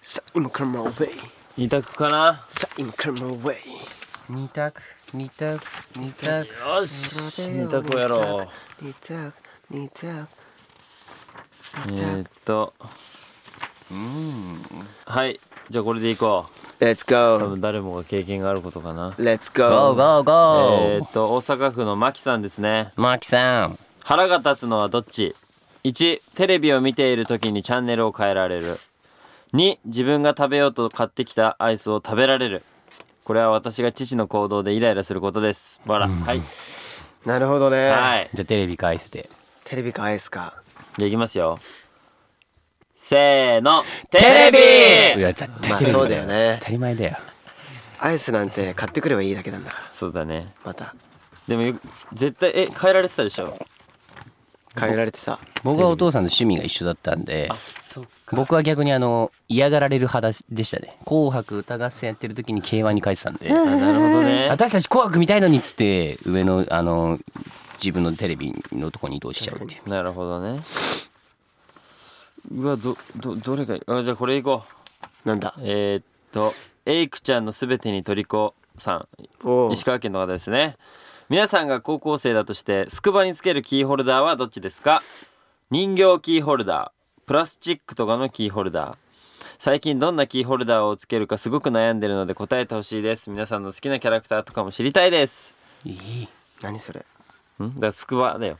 さあ今車をウェイ二択かなさあ今車をウェイ二択二択二択よし二択をやろう二択二択えー、っとうんはいじゃあこれでいこう Let's 多 go 分誰もが経験があることかな Let's ゴー go ゴーえー、ゴーっと大阪府のまきさんですねマキさん腹が立つのはどっち1テレビを見ている時にチャンネルを変えられる2自分が食べようと買ってきたアイスを食べられるこれは私が父の行動でイライラすることですわら、はいなるほどね、はいじゃあテレビ返してテレビかアイスかじゃあいきますよせーのテいや絶対テレビまあそうだよね当たり前だよアイスなんて買ってくればいいだけなんだからそうだねまたでもよ絶対え変えられてたでしょ変えられてさ僕はお父さんの趣味が一緒だったんでそっか僕は逆にあの嫌がられる派だでしたね「紅白歌合戦」やってる時に k 1に書いてたんでなるほどね私たち「紅白」見たいのにっつって上のあの自分のテレビのとこに移動しちゃうっていうなるほどねうわどどどれがいいあじゃあこれいこうなんだえーっと、エイクちゃんのすべてに虜さおん、石川県の方ですね。皆さんが高校生だとして、スクバにつけるキーホルダーはどっちですか人形キーホルダー、プラスチックとかのキーホルダー。最近どんなキーホルダーをつけるかすごく悩んでるので答えてほしいです。皆さんの好きなキャラクターとかも知りたいです。何それんだからスクバだよ。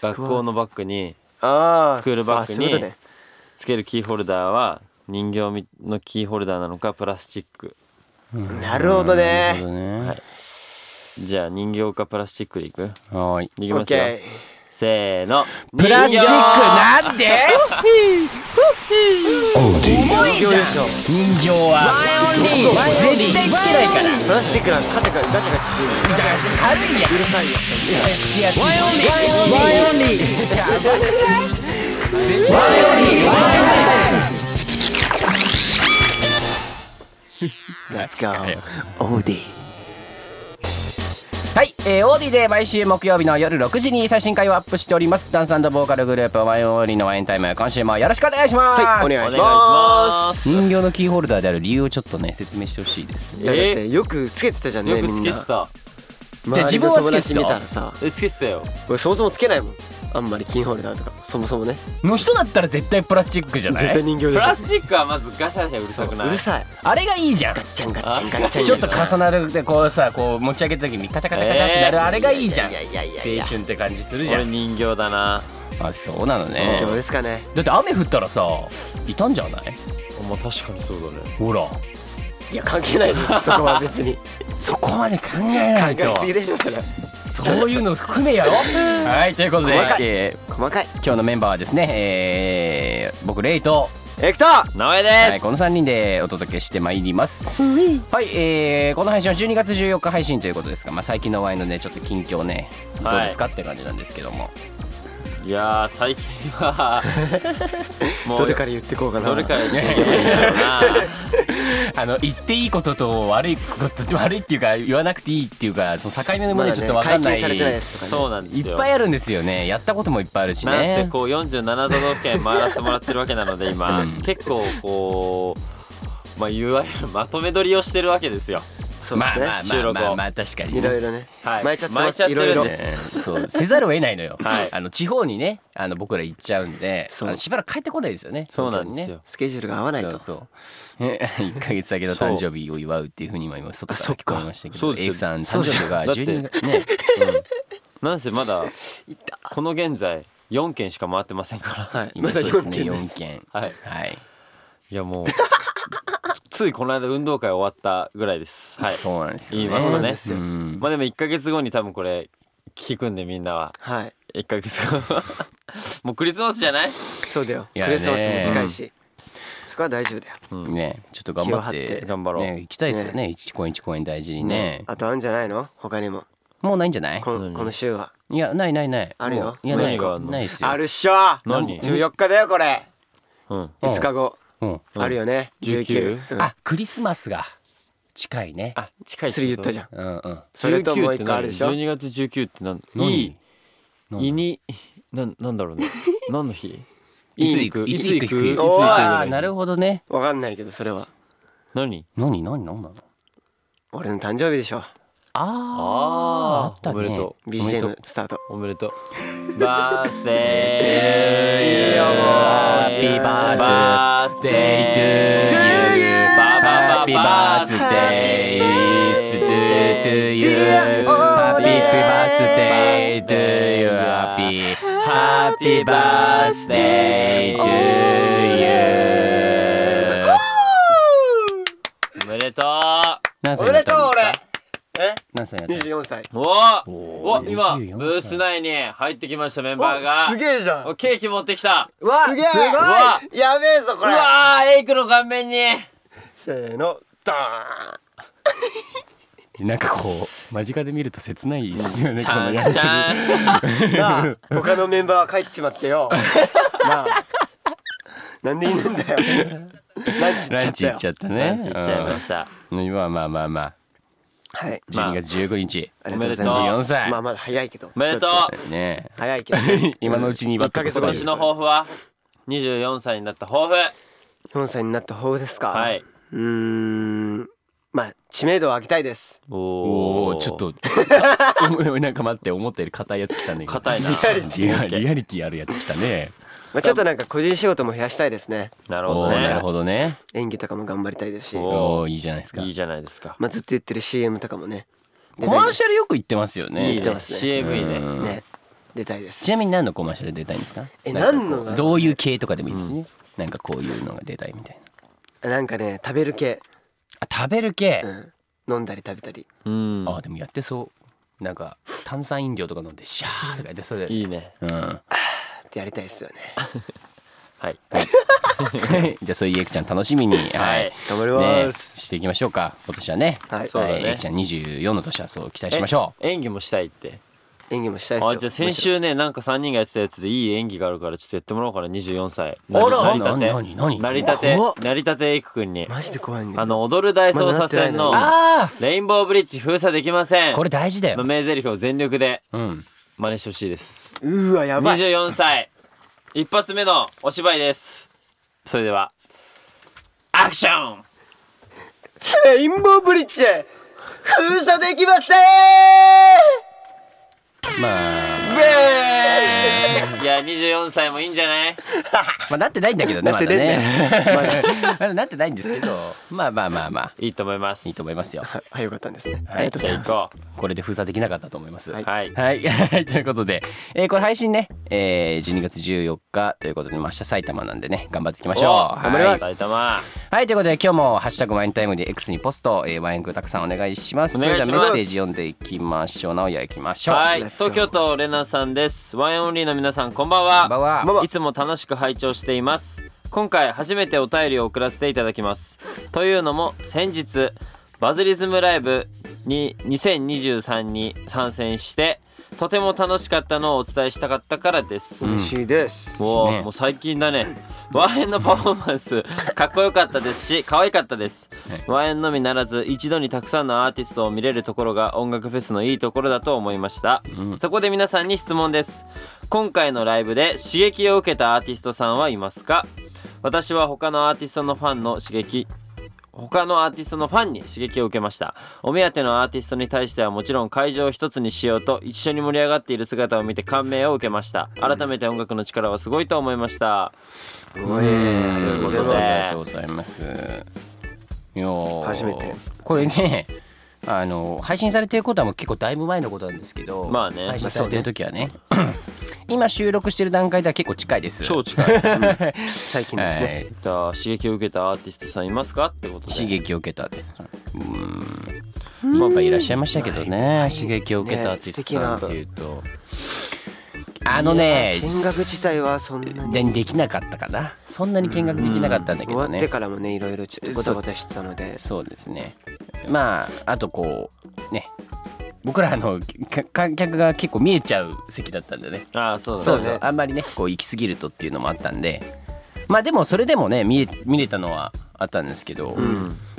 クワ学校のバッグにああスクールバッグにそういうことねつけるキーホルダーは人形みのキーホルダーなのかプラスチック。なるほどなるほねどはねいじゃあ人形かプラスチックでいくはーいいきオまッすよ。ケせーの。プラスチック人なんで重いじゃん人形は絶対つけないからープラスチックなんて肩がガチガチ軽いやうるさいやワイオンリーワイオンリーワイオンリーワイオンリーする Let's go オーディはい、えー、オーディで毎週木曜日の夜6時に最新回をアップしておりますダンスボーカルグループワイオンオーディのワインタイム今週もよろしくお願いします、はいお願形いしま人形のキーホルダーである理由をちょっとね説明してほしいですいやだっえてよくつけてたじゃんよねみくつんけなてた。じゃあ周り自の分は友つけ達てた見たらさえつけてたよ。俺そもそもつけないもんあんまりキーホルダーとかそもそもねの人だったら絶対プラスチックじゃな絶対い人形でプしょラスチックはまずガシャガシャうるさくなうい。るさいあれがいいじゃんガッチャンガッチャンガッチャンちょっと重なるでこうさこう持ち上げた時にカチャカチャカチャってなる、えーあれがいいじゃんいやいやいやいや青春って感じするじゃ俺ん人形だな。あそうなのね人形ですかねだって雨降ったらさいたんじゃないまあ確かにそうだね。ほらいや関係ないですそこは別にそこまで考えないとガチすぎでしょそれそういうの含めやろはいということで、細かいえ細かいー今日のメンバーはですね、えー僕レイと、エクター名前ではい、す。この3人でお届けしてまいりますはい、えーこの配信は12月14日配信ということですが、まあ、最近のワインのねちょっと近況ねどうですか、って感じなんですけどもいやー最近はもどれから言ってこうかなどれから言っていけばいいんだろうな。あの言っていいことと悪いこと 悪いっていうか言わなくていいっていうかその境目のもまだのがちょっと分かんなね、解禁い、されてないやつとかねそうなんですいよ。っぱいあるんですよねやったこともいっぱいあるしなんせねこう47都道府県回らせてもらってるわけなので今結構こうまあいわゆるまとめ撮りをしてるわけですよ。そうでまあすね、まあま収あ録まあをまあ確かにいろいろね、はい巻いちゃっ巻てまいちゃっすているんろでいすろねそうせざるを得ないのよ、はいあの地方にねあの僕ら行っちゃうんでそうあのしばらく帰ってこないですよねそうなんですよ。スケジュールが合わないとそうそうね 1か月先の誕生日を祝うっていうふうに今今外から聞こえましたけあそっどかエイクさんそ誕うで生すよ日が12だっ月ねなんせまだいったこの現在4件しか回って ませんから、はい今まそだうです4ね件で4す件はいはい、いやもう ついこの間運動会終わったぐらいですはいそうなんですよ、言いね、まそうなんですうねんまあでも1か月後に多分これ聞くんでみんなははい1か月後 もうクリスマスじゃないそうだよいやクねリスマスも近いし、そこは大丈夫だよ、ねちょっと頑張っ気を張ってて頑張ろうね、行きたいですよね一公演一公演大事にねあとあるんじゃないの他にももうないんじゃないこのこの週はいやないないないあるよもういやない何があんのないですよあるっしょ何14日だよこれうんうん5日後、うんうんあるよね19、 19うんあクリスマスが近いね。あ近いそれ言ったじゃんうんうん。それとも19うっ一て個あ何るでしょ12月19ってなんい何い胃になんなんだろうね何の日いつ行くいつ行くいつ行くいつ行くおーぐあらあいなるほどねわかんないけどそれは何何何何なの俺の誕生日でしょあーああっあたおねめでと BGM スタートうおめでとうバースデーえーハッピーバースデートゥーユーバーバーバーバースデー to you. Happy birthday to you. Happy- Happy birthday to you. おめでと何歳になったんですかえ何歳になった24歳うおおおおー今ブ24ース内に入ってきましたメンバーがおげえじゃおケーキ持ってきたうわすげえうわやべえぞこうれわーエイクの顔面にせーのドーなんかこう間近で見ると切ないですよねちゃんちゃんンなあ他のメンバーは帰っちまってよなあなんでいねえんだよランチ行っちゃったよランチ行っちゃったラねンチ行っちゃいましたうん今はまあまあまあはいまあ12月15日ありがとうございおめでとまうす24歳まあまだ早いけどおめでとうちょっねえ早いけどね今のうちに威張っとく一ヶ月今後年の抱負は24歳になった抱負4歳になった方ですかはいうーんまあ知名度を上げたいですおおおちょっとおおなんか待って思ったより硬いやつ来たね硬いなリアリテリアリアリティあるやつ来たねまあちょっとなんか個人仕事も増やしたいですねなるほおどおーなねるほどね演技とかも頑張りたいですしおおおいいじゃないですかいいじゃないですかまあずっと言ってる CM とかもね出コマたいーですシャルよく行ってますよねいい出ねてますね CM いいねうんね出たいですちなみに何のコマーシャル出たいんですかえなんかこう何のがどういう系とかでもいいですねなんかこういうのが出たいみたいななんかね食べる系、あ食べる系うん、飲んだり食べたりうんあでもやってそうなんか炭酸飲料とか飲んでシャーとかやってそうでいいねうんってやりたいですよねはいじゃあそういうエクちゃん楽しみに、ははいい、頑張りねま、す、していきましょうか今年はね。はいそうだねはい、エクちゃん24の年はそう期待しましょう。演技もしたいって演技もしたいですよあじゃあ先週ねなんか3人がやってたやつでいい演技があるからちょっとやってもらおうかな24歳あら成り立て何何何成り立て怖っ成り立てエイクくんにマジで怖いんだあけどの踊る大捜査線のまあレインボーブリッジ封鎖できませあんこれ大事だのよ。名台詞を全力でうん。真似してほしいですうーわやばい24歳一発目のお芝居ですそれではアクションレインボーブリッジ封鎖できませんまあ、いや24歳もいいんじゃないまあなってないんだけどね。なってねえんまだね。 まだなってないんですけど、まあまあまあまあいいと思いますいいと思いますよ。ははいよかったんですね、はいありがとうございますじゃあ行ここれで封鎖できなかったと思います。はうはいはい、はい ということで、えーこれ配信ね、えー12月14日ということで、まあ、明日埼玉なんでね、頑張っていきましょう。おはい頑張ります埼玉はい、ということで今日も「ハッシュタグワインタイム」で X にポスト、えー、ワインクたくさんお願いします。お願いしますそれではメッセージ読んでいきましょう。直哉いきましょう。はいレフト東京都レナさんですワンオンリーの皆さんこんばんこはんばんは。こんばんはいつも楽しく拝聴しています今回初めてお便りを送らせていただきますというのも先日バズリズムライブに2023に参戦してとても楽しかったのをお伝えしたかったからです、嬉しいです、もうねもう最近だねワンエンのパフォーマンスかっこよかったですし可愛かったです、ワンエンのみならず一度にたくさんのアーティストを見れるところが音楽フェスのいいところだと思いました、そこで皆さんに質問です今回のライブで刺激を受けたアーティストさんはいますか私は他のアーティストのファンの刺激他のアーティストのファンに刺激を受けましたお目当てのアーティストに対してはもちろん会場を一つにしようと一緒に盛り上がっている姿を見て感銘を受けました改めて音楽の力はすごいと思いましたごいありがとうございあまりすがとうございます。いやー初めてこれね、あの配信されてることはもう結構だいぶ前のことなんですけど、まあね配信されてる時はね、今収録してる段階では結構近いです。超近い最近ですね、はい、じゃあ刺激を受けたアーティストさんいますかってことで刺激を受けたです。うん。まあまあいらっしゃいましたけどね、刺激を受けたって言ってたっていうと、あのね見、学自体はそんなに全然できなかったかな。そんなに見学できなかったんだ終けどわね。ってからもねいろいろちょっとごたごたしてたのでそうですね。まああとこうね、僕らのか観客が結構見えちゃう席だったんでね。ああそうだねそうそうあんまりねこう行き過ぎるとっていうのもあったんで、まあでもそれでもね見え見れたのはあったんですけど、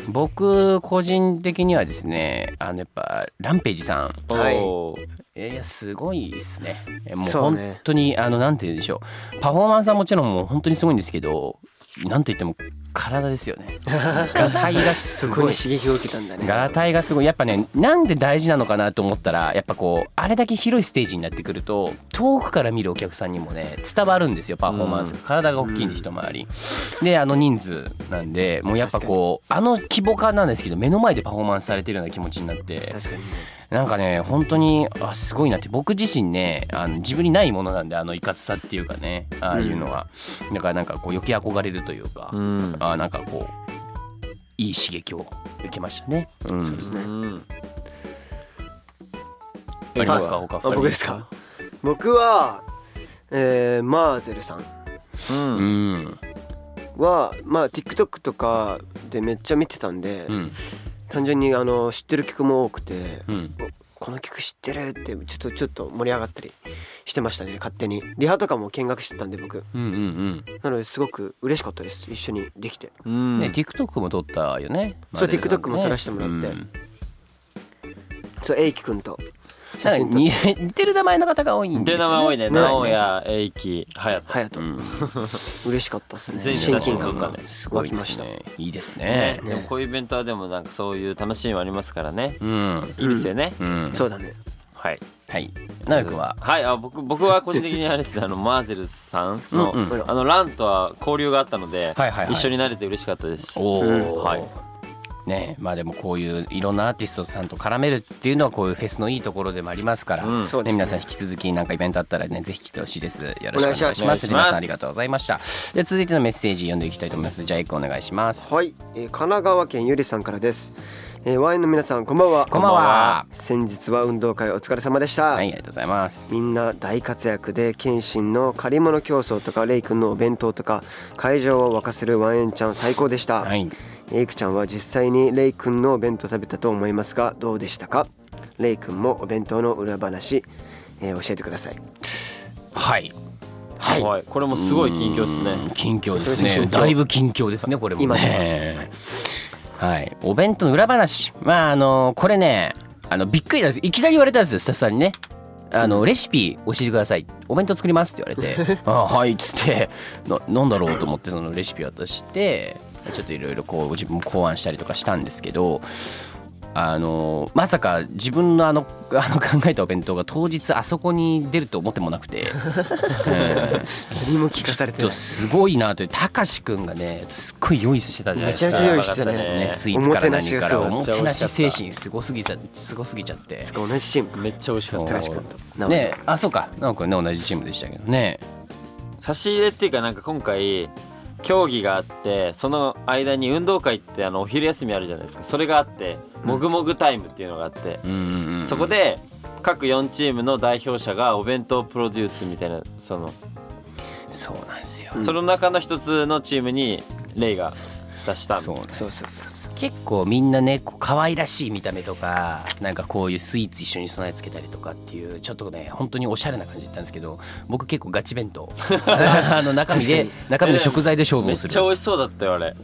僕個人的にはですねあのやっぱランページさんはいおーいやいやすごいですねえもうそう本ね当に、あのなんて言うんでしょうパフォーマンスはもちろんもう本当にすごいんですけどなんと言っても体です よねガタイがすそこごにい刺激を受けたんだねガタイがすごいやっぱねなんで大事なのかなと思ったらやっぱこうあれだけ広いステージになってくると遠くから見るお客さんにもね伝わるんですよパフォーマンスが、体が大きいんで一回り、であの人数なんでもうやっぱこうあの規模感なんですけど目の前でパフォーマンスされてるような気持ちになって確かにねなんかね本当にあすごいなって僕自身ねあの自分にないものなんであのいかつさっていうかねああいうのは、だからなんかこう余計憧れるというか、うんあなんかこういい刺激を受けましたね。うんそうですねうんありますかあ他二人あ僕ですか僕は、えー、マーゼルさんうんうんはまあ TikTok とかでめっちゃ見てたんで、うん単純にあの知ってる曲も多くて、うんおこの曲知ってるってちょっとちょっと盛り上がったりしてましたね勝手にリハとかも見学してたんで僕うんうんなのですごく嬉しかったです一緒にできてうんね TikTok も撮ったよねそうマデルさんね TikTok も撮らせてもらってうんそうエイキ君と写なん真かと似 似てる名前の方が多いんでですよね名前多いねね直哉英輝隼人隼人、嬉しかったですね全員親写近真撮感ったねがすご湧いきでますした、ねいいですねねでもこういうイベントはでもなんかそういう楽しみもありますからねうんいいですよね、うんそうだねはいはい直くんははいあ僕僕は個人的にあれですねあのマーゼルさんのうんうんあのランとは交流があったので、はいはいはい一緒になれて嬉しかったですおーはいねまあでもこういういろんなアーティストさんと絡めるっていうのはこういうフェスのいいところでもありますから、うんそうでねすね皆さん引き続きなんかイベントあったらねぜひ来てほしいですよろしくお願いしまお願いすします皆さんありがとうございましたでは続いてのメッセージ読んでいきたいと思いますじゃあエイクお願いしますはい、えー神奈川県ゆりさんからです、えー、ワインの皆さんこんばんはこんばんは先日は運動会お疲れ様でした、はいありがとうございますみんな大活躍で謙信の借り物競争とかレイ君のお弁当とか会場を沸かせるワンエンちゃん最高でした、はいエイクちゃんは実際にレイ君のお弁当食べたと思いますがどうでしたかレイ君もお弁当の裏話、えー教えてくださいはいはい、はいこれもすごい近況ですねうん近況です近ね況だいぶ近況ですねこれも今ねはいお弁当の裏話まああのこれねあのびっくりなんですいきなり言われたんですよスタッフさんにねあのレシピ教えてくださいお弁当作りますって言われてあはいっつってななんだろうと思ってそのレシピ渡してちょっといろいろこう自分も考案したりとかしたんですけどあのまさか自分のあのあの考えたお弁当が当日あそこに出ると思ってもなくて、うん何も聞かされてちょないっとすごいなというたかしくんがねすっごい用意してたじゃなめいでちゃすめちかゃ用意してたねやばかったねねスイーツから何からおおももててななしし精精神神すごすぎちゃすごすぎちゃってしかも同じチームかめっちゃ美味しかった高橋君とねあそうかなおくんね同じチームでしたけどね差し入れっていうかなんか今回競技があってその間に運動会ってあのお昼休みあるじゃないですかそれがあってもぐもぐタイムっていうのがあって、うんうんうんそこで各4チームの代表者がお弁当プロデュースみたいなその、そうなんですよ、うんその中の一つのチームにレイが出したそうなんですそようそうそうそう結構みんなねこう可愛らしい見た目とかなんかこういうスイーツ一緒に備え付けたりとかっていうちょっとね本当におしゃれな感じだったんですけど僕結構ガチ弁 当あの中身で確か中身の食材で勝負めをっするちゃ美味しそうだったよあれ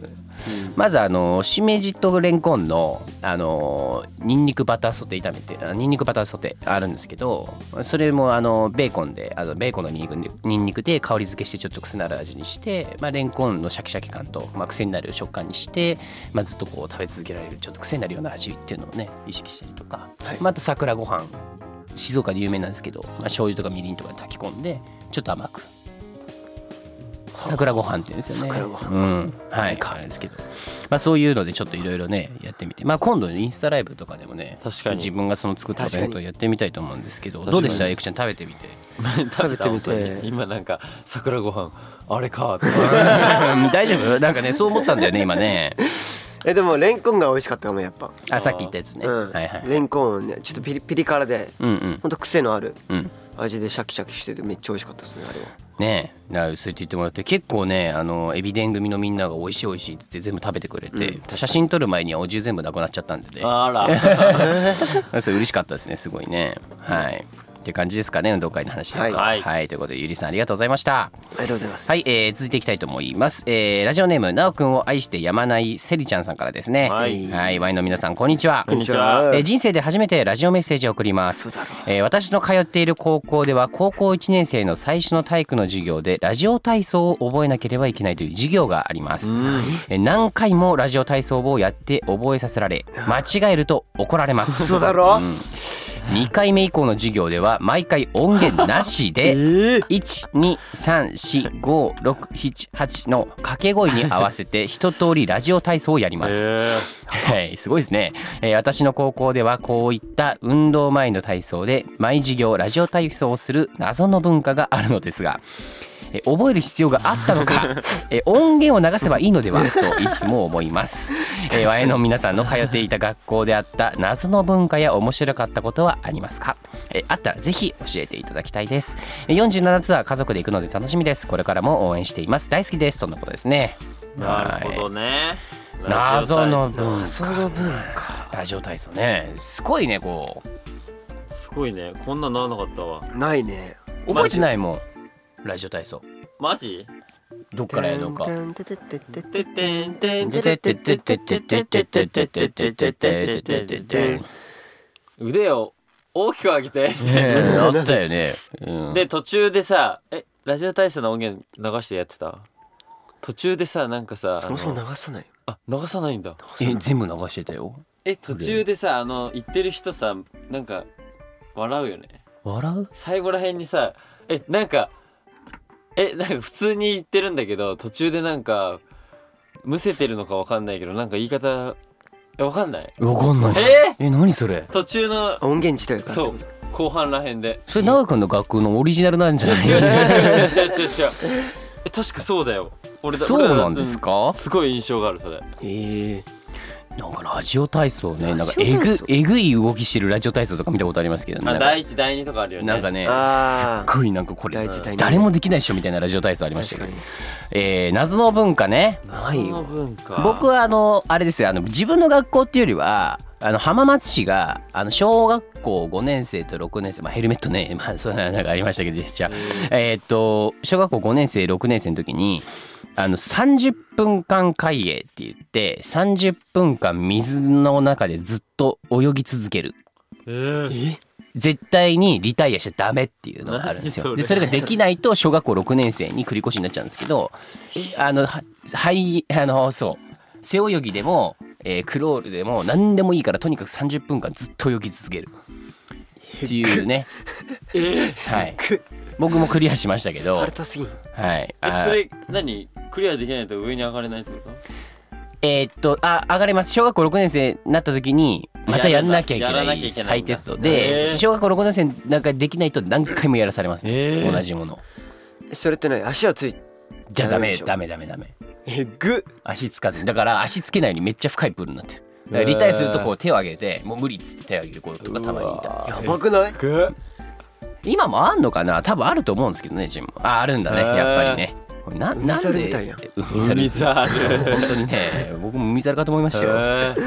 まずあのしめじとレンコンのあのニンニクバターソテー炒めてあニンニクバターソテーあるんですけどそれもあのベーコンであのベーコンのニンニクでニンニクで香り付けしてちょっと癖のある味にして、まあ、レンコンのシャキシャキ感と、まあ、癖になる食感にして、まあ、ずっとこう食べ続けられるちょっと癖になるような味っていうのをね意識したりとか、はいまあ、あと桜ご飯静岡で有名なんですけど、まあ、醤油とかみりんとかで炊き込んでちょっと甘く桜ご飯って言うんですよね桜ご飯うんはい変わるんですけどまあそういうのでちょっといろいろねやってみてまあ今度インスタライブとかでもね確かに自分がその作ったお弁当やってみたいと思うんですけど確かどうにでしたエクちゃん食べてみ て食べてみて今なんか桜ご飯あれかって うん大丈夫なんかねそう思ったんだよね今ねえでもレンコンが美味しかったかもやっぱ、あさっき言ったやつねうんはいはいレンコンねちょっとピリピリ辛で、うんうんほんと癖のあるうん味でシャキシャキしててめっちゃ美味しかったですねあれはねえだからそうやって言ってもらって結構ねあのエビデン組のみんなが美味しい美味しいっつって全部食べてくれて、写真撮る前にはお重全部なくなっちゃったんでねあら それ嬉しかったですねすごいねはいっていう感じですかね運動会の話はいはいはい、ということでゆりさんありがとうございましたりがとうございますはい、えー続いていきたいと思います、えーラジオネームなおくんを愛してやまないせりちゃんさんからですねはいワインの皆さんこんにちはこんにちはえー人生で初めてラジオメッセージを送りまそすうだろうえー私の通っている高校では高校1年生の最初の体育の授業でラジオ体操を覚えなければいけないという授業があります、えー何回もラジオ体操をやって覚えさせられ間違えると怒られます嘘だろ2回目以降の授業では毎回音源なし えでー、 1234567の掛け声に合わせて一通りラジオ体操をやります、えはい、すごいですね、えー私の高校ではこういった運動前の体操で毎授業ラジオ体操をする謎の文化があるのですが、えー覚える必要があった のか、えー音源を流せばいいのではといつも思います、えー、和江の皆さんの通っていた学校であった謎の文化や面白かったことはありますか、えーあったらぜひ教えていただきたいですえー47ツアー家族で行くので楽しみですこれからも応援しています大好きですそんなことですねー、なるほどねラジオ体操謎の文化その分ラジオ体操ねすごいねこうすごいねこんなならなかったわないね覚えてないもんラジオ体操マジどっからやどうかてってんてんてんてんてんてんてんてんてんてんてんてんてんてんてんてんてんてんてん腕を大きく上げてみたいなあったよね、で途中でさえラジオ体操の音源流してやってた途中でさなんかさあそもそもの流さないあ流さないんだえ全部流してたよえ途中でさあの言ってる人さなんか笑うよね笑う最後らへんにさえなんかえなんか普通に言ってるんだけど途中でなんかむせてるのかわかんないけどなんか言い方えわかんないわかんないええ何それ途中の音源自体がそう後半らへんでそれ長くんの学校のオリジナルなんじゃない違う違う違う違う違う違うえ確かそうだよ俺だそう俺らだなんですかうんすごい印象があるそれええなんかラジオ体操ねなんかラジえオ体ぐ操えぐい動きしてるラジオ体操とか見たことありますけどねあなん第か一第二とかあるよねなんかねあーすっごいなんかこれ第一第二誰もできないっしょみたいなラジオ体操ありました確けかどに、えー、謎の文化ねないそのよ文化僕はあのあれですよあの自分の学校っていうよりはあの浜松市があの小学校5年生と6年生、まあ、ヘルメットね、 まあ、そんななんかありましたけどジェスチャーえーっと小学校5年生6年生の時にあの30分間海泳って言って30分間水の中でずっと泳ぎ続けるえーえ絶対にリタイアしちゃダメっていうのがあるんです 何それよ。でそれができないと小学校6年生に繰り越しになっちゃうんですけどあのははいあのそう背泳ぎでも、えークロールでも何でもいいからとにかく30分間ずっと泳ぎ続けるっていうね、はい、僕もクリアしましたけど、あはれたすぎんい、えあそれ何クリアできないと上に上がれないってことえーっとあ上がれます小学校6年生になった時にまたやんなきゃいけやらななきゃいいけないんだ再テストへでー小学校6年生なんかできないと何回もやらされます、へー同じもの。それってない足はついじゃあダダメメでしょダメダメダメえぐ足つかずにだから足つけないようにめっちゃ深いプールになってるだうからわーリタイアするとこう手を上げてもう無理っつって手を上げる子とかたまにいたやばくないく今もあんのかな多分あると思うんですけどねジムああるんだねへーやっぱりねこれな海なん猿でみたいやん海猿海猿本 当にね僕も海猿かと思いましたよえー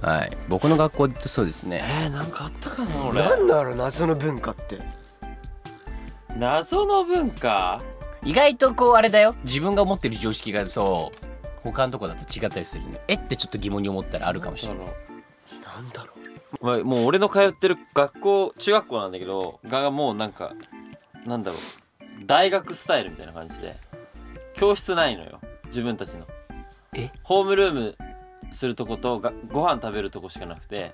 はい僕の学校ってそうですねえーなんかあったかな俺なんだろう謎の文化って謎の文化意外とこうあれだよ自分が思ってる常識がそう他のとこだと違ったりするねえってちょっと疑問に思ったらあるかもしれないなんだろうまあ、もう俺の通ってる学校中学校なんだけどがもうなんかなんだろう大学スタイルみたいな感じで教室ないのよ自分たちのえホームルームするとことがご飯食べるとこしかなくて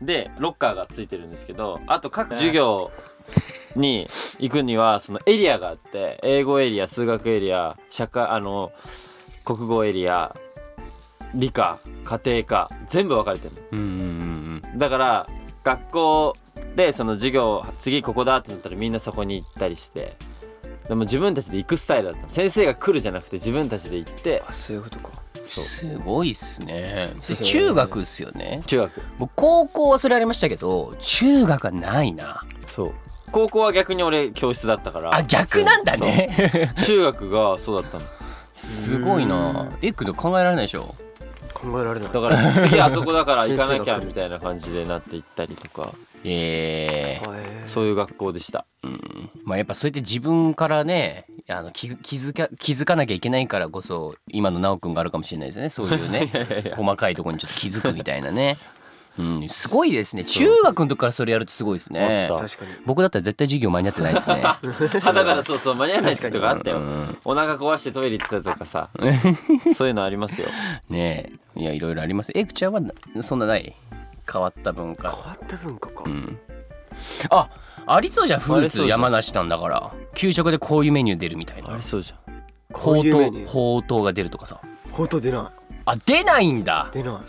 でロッカーがついてるんですけどあと各授業に行くにはそのエリアがあって英語エリア数学エリア社会あの国語エリア理科家庭科全部分かれてるのうんうんだから学校でその授業次ここだってなったらみんなそこに行ったりしてでも自分たちで行くスタイルだった先生が来るじゃなくて自分たちで行ってあそういうことかうんすごいっすねそれそう中学っすよね中学僕高校はそれありましたけど中学はないなそう高校は逆に俺教室だったからあ逆なんだねそう中学がそうだったのすごいなエッグで考えられないでしょ考えられな いだから次あそこだから行かなきゃみたいな感じでなっていったりとかえーそういう学校でしたまあ、やっぱそうやって自分からねあの気気づか気づかなきゃいけないからこそ今の奈くんがあるかもしれないですねそういうね細かいところにちょっと気づくみたいなね、うん、すごいですね中学の時からそれやるとすごいですねあった確かに僕だったら絶対授業間に合ってないですねあだからそうそう間に合わない時とかあったよお腹壊してトイレ行ってたとか さそういうのありますよねえいやいろいろありますエクちゃんはなそんなない変わった文化変わった文化か、あありそうじゃんフルーありそうツじゃん山梨なんだから給食でこういうメニュー出るみたいなそうじゃんこうほういうとメうニューほうとうが出るとかさほうとう出なあ出ないんだい出な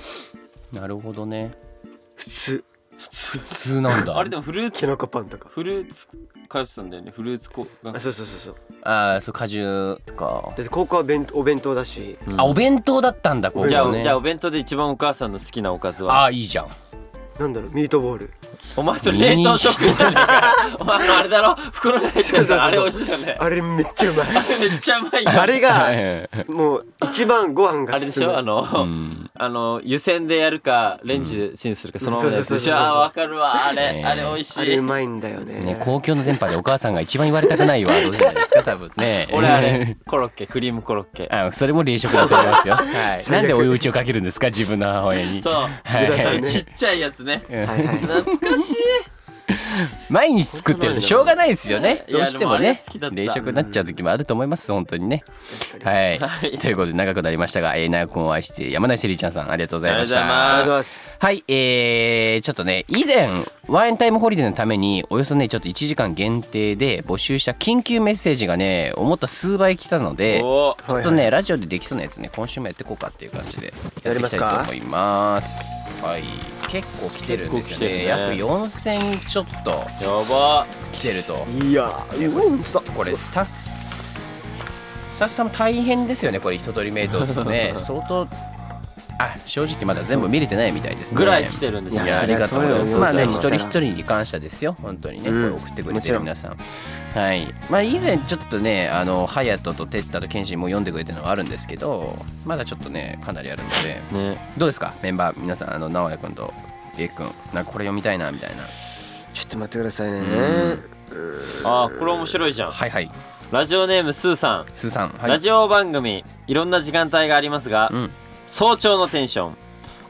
いなるほどね普通普通なんだあれでもフルーきツなこパンとかフルーツ通ってたんだよねフルーツこあそうそうそうそうああそう果汁とか、だって高校は弁お弁当だしうんあお弁当だったんだここじゃあ、ねじゃあお弁当で一番お母さんの好きなおかずはあーいいじゃんなんだろうミートボールお前それ冷凍食品じゃねえかお前のあれだろ袋に入ってるあれ美味しいよねああれめっちゃうまいれめっちゃうまいよあれがはいもう一番ご飯あがれで進しむょあの、 うんあの湯煎でやるかレンジでチンするかそのままのやつでしそうそうそうそょあうーわかるわあれ、ねあれ美味しあいれうまいんだよねね公共の電波でお母さんが一番言われたくないワードじゃないですか多分ね俺あれコロッケクリームコロッケあそれも冷食だと思いますよ、はい、悪なんで追い打ちをかけるんですか自分の母親にそう、はい裏だねちっちゃいやつねうんはいはい懐かしい毎日作ってるとしょうがないですよねいやどうしてもでもあれね好きだった冷食になっちゃう時もあると思います本当にねはい、はいということで長くなりましたが、えー、長くを愛して山梨せりちゃんさんありがとうございましたありがとうございますありがとうございますはい、えー、ちょっとね以前ワインタイムホリデーのためにおよそねちょっと1時間限定で募集した緊急メッセージがね思った数倍来たのでちおはょいはっといねラジオでできそうなやつね今週もやっていこうかっていう感じでややってりまいきたすいかと思いますはい結構来てるんですよね結構約来てるね4000ちょっとやば来てるといやーうんストこれスタッフスタッフさんも大変ですよねこれ一通りメイトですね 相当あ正直まだ全部見れてないみたいですねぐらい来てるんですよいいややありがとうございます。そりまあゃそうねよ一人一人に感謝ですよ本当にね、うんこれ送ってくれもてちるろん皆さん。はい。まあ以前ちょっとねあのハヤトとテッタとケンシンも読んでくれてるのがあるんですけどまだちょっとねかなりあるのでねどうですかメンバー皆さんあの直哉君とエイ君なんかこれ読みたいなみたいな。ちょっと待ってくださいねあーこれ面白いじゃんはいはい。ラジオネームスーさんスーさん。はい、ラジオ番組いろんな時間帯がありますが、うん早朝のテンション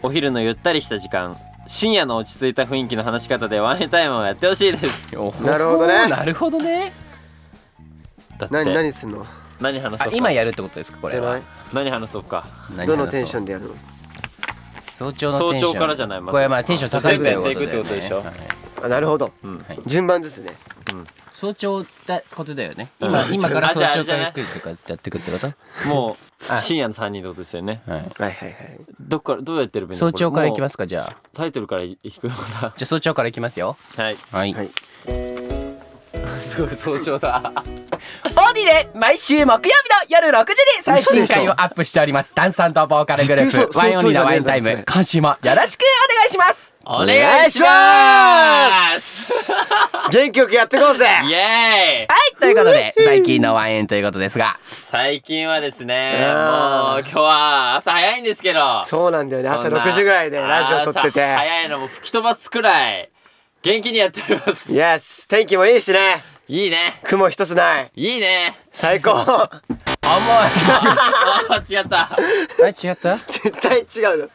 お昼のゆったりした時間深夜の落ち着いた雰囲気の話し方でワンエンタイムをやってほしいですおほなるほどね なるほどね。だって何何すんの何話あそうか今やるってことですかこれじゃな。はい何話そうか何話そうどのテンションでやるの早朝のテンション。早朝からじゃないまずこれはまあテンション高いぐらいのことだよ全部やっていくってことでしょねはいあなるほどうんはい順番ですね早朝だことだよね。今今から早朝からゆっくりとかやっていくってこと？もあ う深夜の3人ってことですよねはい。はいはいはいどっからどうやってるべき早朝から行きますすかじゃあ。タイトルからいくようだじゃあ早朝から行きますよ。はいはい。はいすごい早朝だオーディで毎週木曜日の夜6時に最新回をアップしております。ダンスボーカルグル絶対ープ嘘ワインオンリーのワインタイ早朝じゃねえんだムよ今週もよろしくお願いします。お願いします元気よくやってこうぜイエーイはいということで最近のワインということですが、最近はですねもういやー今日は朝早いんですけどそうなんだよね朝そんな6時ぐらいでラジオ撮ってて朝早いのも吹き飛ばすくらい元気にやっております い Yes 天気もいいしねいね雲一つないいいね 最高あー違ったあれ違った？絶対違う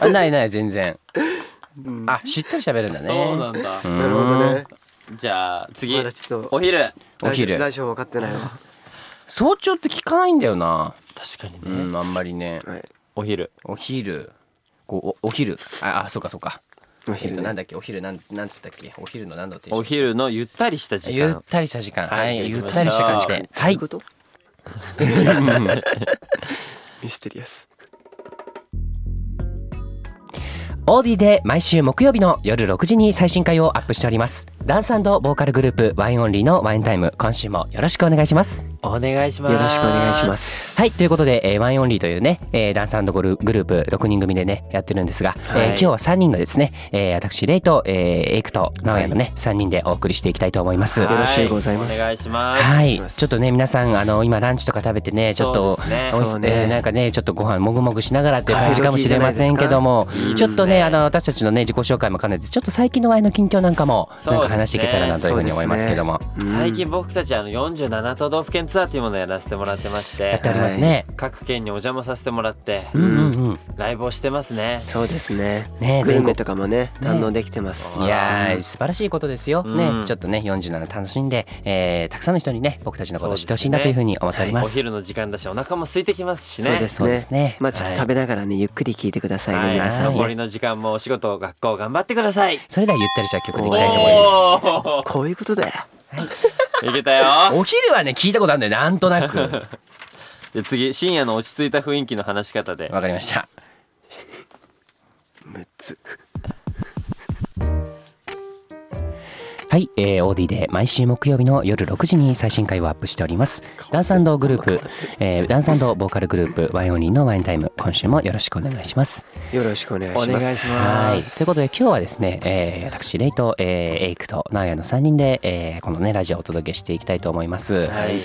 あないない全然。あしっとり喋るんだね。そうなんだのなるほどねじゃあ次まだちょっとお昼お昼ラジオ分かってないわ早朝って聞かないんだよな。確かにうねんあんまりね。はいお昼お昼こうおお昼ああそうかそうかおお昼昼とねなんだっけお昼なんなんつったっけお昼の何度ってお昼のゆったりした時ゆっ間たりした時間ははいいゆったりした感じゆではいことミステリアスオーディで毎週木曜日の夜6時に最新回をアップしておりますダンスボーカルグループワインオンリーのワインタイム今週もよろしくお願いしますお願いしますよろしくお願いしますすははいということで、えーワンオンリーというね、えーダンスグルグループ6人組でねやってるんですが、はいえー今日は3人がですね、えー私レイと、えーエイクと直哉のね、3人でお送りしていきたいと思います。よはろしゅうございますお願いします。い、ちょっとね皆さんあの今ランチとか食べてねちょっとそうですねおいしそうねえーなんかねちょっとご飯もぐもぐしながらっていう感じかもしれませんけども、いちょっいいですとねねあの私たちのね自己紹介も兼ねてちょっと最近のワイの近況なんかもそうですねなんか話していけたらなというふうに思いますけども、うん最近僕たちあの47都道府県ツアーというものをやらせてもらってましやてっておりますね。各県にお邪魔させてもらってうんうんうん。ライブをしてますねそうですねねグル全メ国とかもね堪能できてます、いやー素晴らしいことですよ、うねんちょっとね47楽しんで、えーたくさんの人にね僕たちのことを知ってほしいなそうといでうすねふうに思っておりまおす。昼の時間だしお腹も空いてきますしねそうですそうですね。まあちょっと食べながらねゆっくり聞いてくださいね、はい、皆さんも残りの時間もお仕事学校頑張ってくださいそれではゆったりした曲でいおきたいと思いまーこういうことだよいけたよす。お昼はね聞いたことあるんだよなん となくわで次深夜の落ち着いた雰囲気の話し方でかりました。 6つはい、えー、オーディで毎週木曜日の夜6時に最新回をアップしております。ダンスグループ、えー、ダンスボーカルグループワイオニーのワインタイム今週もよろしくお願いします。よろしくお願いしおます願いしはまい、すということで今日はですね、えー、私レイと、えー、エイクとナオヤの3人で、えー、このねラジオをお届けしていきたいと思います、はい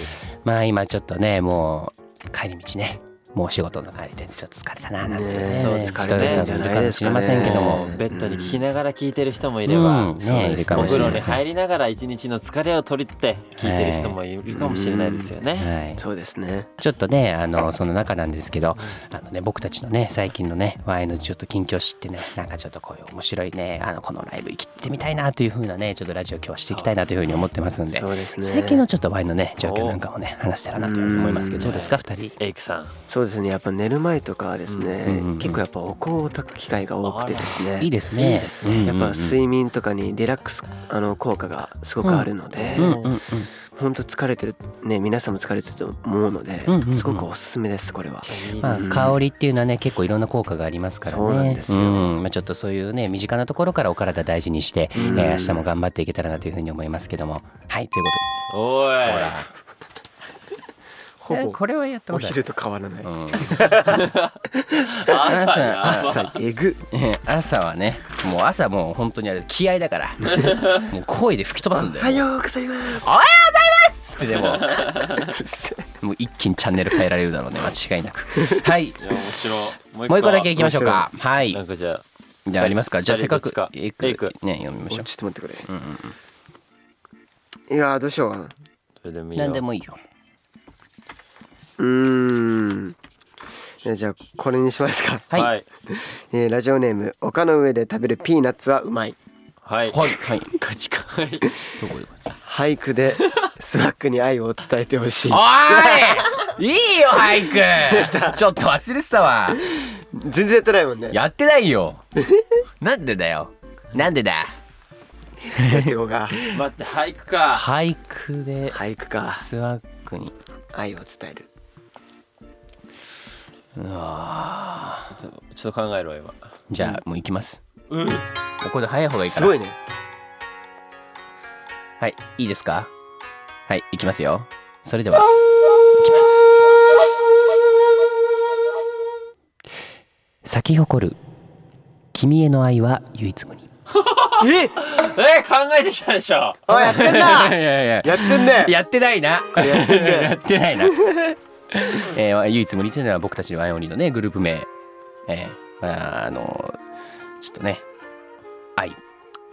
まあ今ちょっとねもう帰り道ねもうお仕事の帰りでちょっと疲れたななんていうねねえそう疲れてんじゃ人々ないもいるかでもすしかねれませんけどももうベッドに聞きながら聞いてる人もいれば、うんねそうですいるかもしれおませ風呂んに入りながら一日の疲れを取りって聞いてる人もいるかもしれないですよね、はい、そうですねちょっとねあのその中なんですけどあの、ね、僕たちのね最近のねワイのちょっと近況知ってねなんかちょっとこういう面白いねあのこのライブ行ってみたいなというふうなねちょっとラジオ今日はしていきたいなというふうに思ってますんでそうですね最近のちょっとワインのね状況なんかもね話したらなと思いますけどどうですか二人エイクさんそうですねやっぱ寝る前とかはですね、うんうんうん結構やっぱお香を焚く機会が多くてですねいいですねいいですねうんうんやっぱ睡眠とかにリラックスあの効果がすごくあるので、うんほん、うんうんうん本当疲れてるね皆さんも疲れてると思うので、うんうんうんすごくおすすめですこれは。いいですまあうん香りっていうのはね結構いろんな効果がありますからねそうなんですよんまあ、ちょっとそういうね身近なところからお体大事にして、えー明日も頑張っていけたらなというふうに思いますけどもはいというこおいほとでえーこれはやったことあると変わらないうん朝や朝えぐえー 朝はねもう朝もう本当にあれ気合だから もう声で吹き飛ばすんだおはよようございますおはようございますってでも もう一気にチャンネル変えられるだろうね間違いな くはいいや面白いもうもう一個だけいきましょうかはいなんかじゃあじゃあありますかじゃあせっかくどっちかいいくくね読みましちょっょと待ってくれ、いやーどうしようかなそれでもういいよ何でもいいようーんえじゃあこれにしますか、はいははいいえーラジオネーム丘の上で食べるピーナッツはうまいはいはい価値観はいどこどこ俳句 でスナックに愛を伝えてほしいおーい いいよ俳句 ちょっと忘れてたわ全然やってないもんねやってない よなんでだよなんでだやってこうが待って俳句か俳句で俳句かスワックに愛を伝えるうわーちょっと考えろ今じゃあもう行きます。ここで早い方がいいかすら。ごいねはい、いいですか。はい、行きますよ。それでは。行きます。咲き誇る。君への愛は唯一無 二。ええ考えてきたでしょあやってんないやいや。やってんねやってないな。やってんねやってないな。 えー、唯一無二というのは僕たちワイオニーのねグループ名。えー、まああのちょっとね愛、ま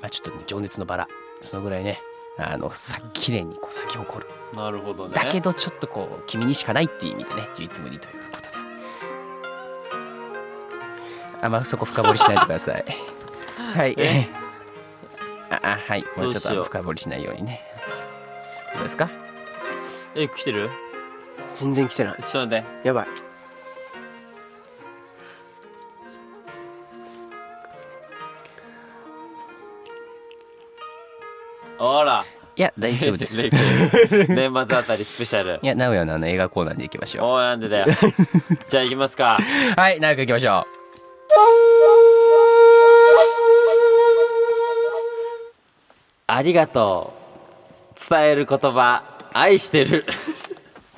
あちょっと、ね、情熱のバラそのぐらいねあのさ綺麗にこう咲き誇るなるほどねだけどちょっとこう君にしかないっていう意味でね唯一無二ということで。あまあ、そこ深掘りしないでく ださい。はい。えああはい。もうちょっとあどのうしよ深掘りしないようにね。どうですか？え来てる全然来てないちょっと待ってやばいほらいや大丈夫で す。レイい君年末あたりスペシャルや名古屋のあの映画コーナーで行きましょおいなんでだよじゃあ行きますかう。はい長く行きましょありがとう伝える言葉愛してる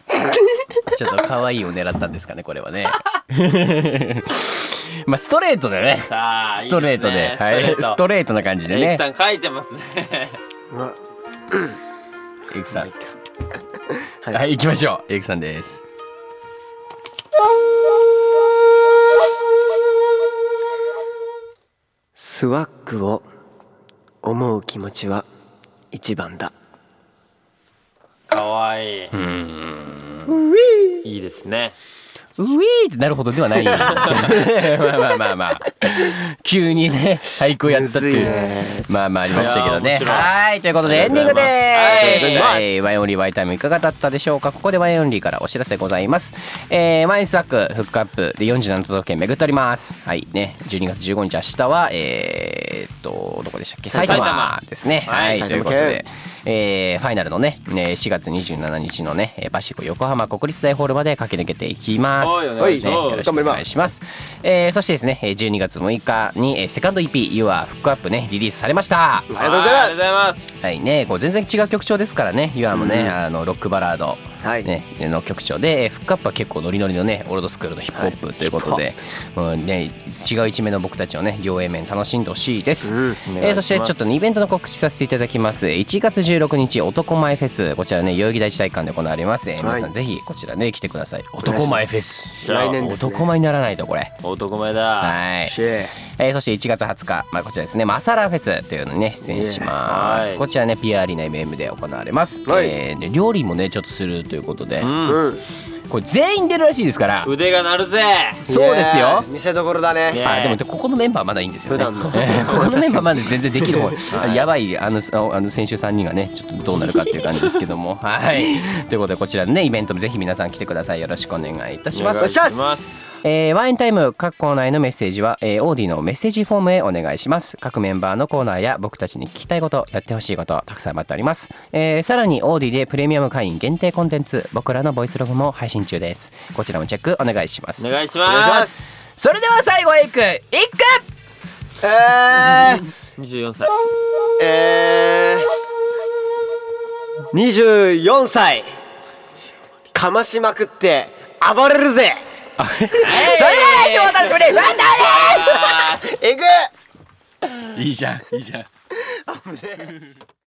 う。ちょっと可愛いを狙ったんですかねこれはねまあストレートでねさあいスいトレートですねはいストレレートな感じでレイクねさん書いてますねうわエイクさんはいはい行きましょうエイクさんですスワッグを思う気持ちは一番だ可愛いいいですねウィーってなるほどでは ないんですけどまあまあまあまあ急にね俳句をやったっていうむずいねまあまあありましたけどねいやー面白いはいということでエンディングでありがとうございすますはいワイオンリーワイタイムいかがだったでしょうかここでワイオンリーからお知らせございますえー、毎日クフックアップで47都道府県巡っておりますはいね12月15日明日はえー、っとどこでしたっけ埼埼玉玉ですねはい、はいということ埼玉でえーファイナルのねね4月27日のねえーパシフィコ横浜国立大ホールまで駆け抜けていきますはいお願いしますはいよろし頑張りおま願いすします。えーそしてですね、えー12月6日に、えーセカンド EP You Are Fuck Up ねリリースされました。ありがとうございまあすりがとうございますはいね、こう全然違う曲調ですからね、You Are もね、あのロックバラード。はいね、の曲調で、えーフックアップは結構ノリノリのねオールドスクールのヒップホップということで、うんね、違う一面の僕たちをね両 A 面楽しんでほしいです、うんお願いしますえーそしてちょっとねイベントの告知させていただきます1月16日男前フェスこちらね代々木第一体育館で行われます、えー皆さはんいぜひこちらね来てくださいお願いします男前フェス来年ですね男前にならないとこれ男前だはいシェーえーそして1月20日、まあ、こちらですね「マサラフェス」というのにね出演しまイエーイすこちらね PR アリーナ MM で行われます、はいえーで料理もねちょっとするということで、うんこれ全員出るらしいですから腕が鳴るぜそうですいやよー見せどころだねねあでもここのメンバーまだいいんですよね普段の ここのメンバーまで全然できる方やばいあのあのあの先週3人がねちょっとどうなるかっていう感じですけどもはいということでこちらのねイベントもぜひ皆さん来てくださいよろしくお願いいたしますお願いしますえーワインタイム各コーナーへのメッセージは、えーオーディのメッセージフォームへお願いします各メンバーのコーナーや僕たちに聞きたいことやってほしいことたくさん待っております、えーさらにオーディでプレミアム会員限定コンテンツ僕らのボイスログも配信中ですこちらもチェックお願いしますお願いしお願いしまますすそれでは最後エイクエイクえー24歳えー、24歳かましまくって暴れるぜそれでは来週もお楽しみにまたね えぐいいじゃんいいじゃんっ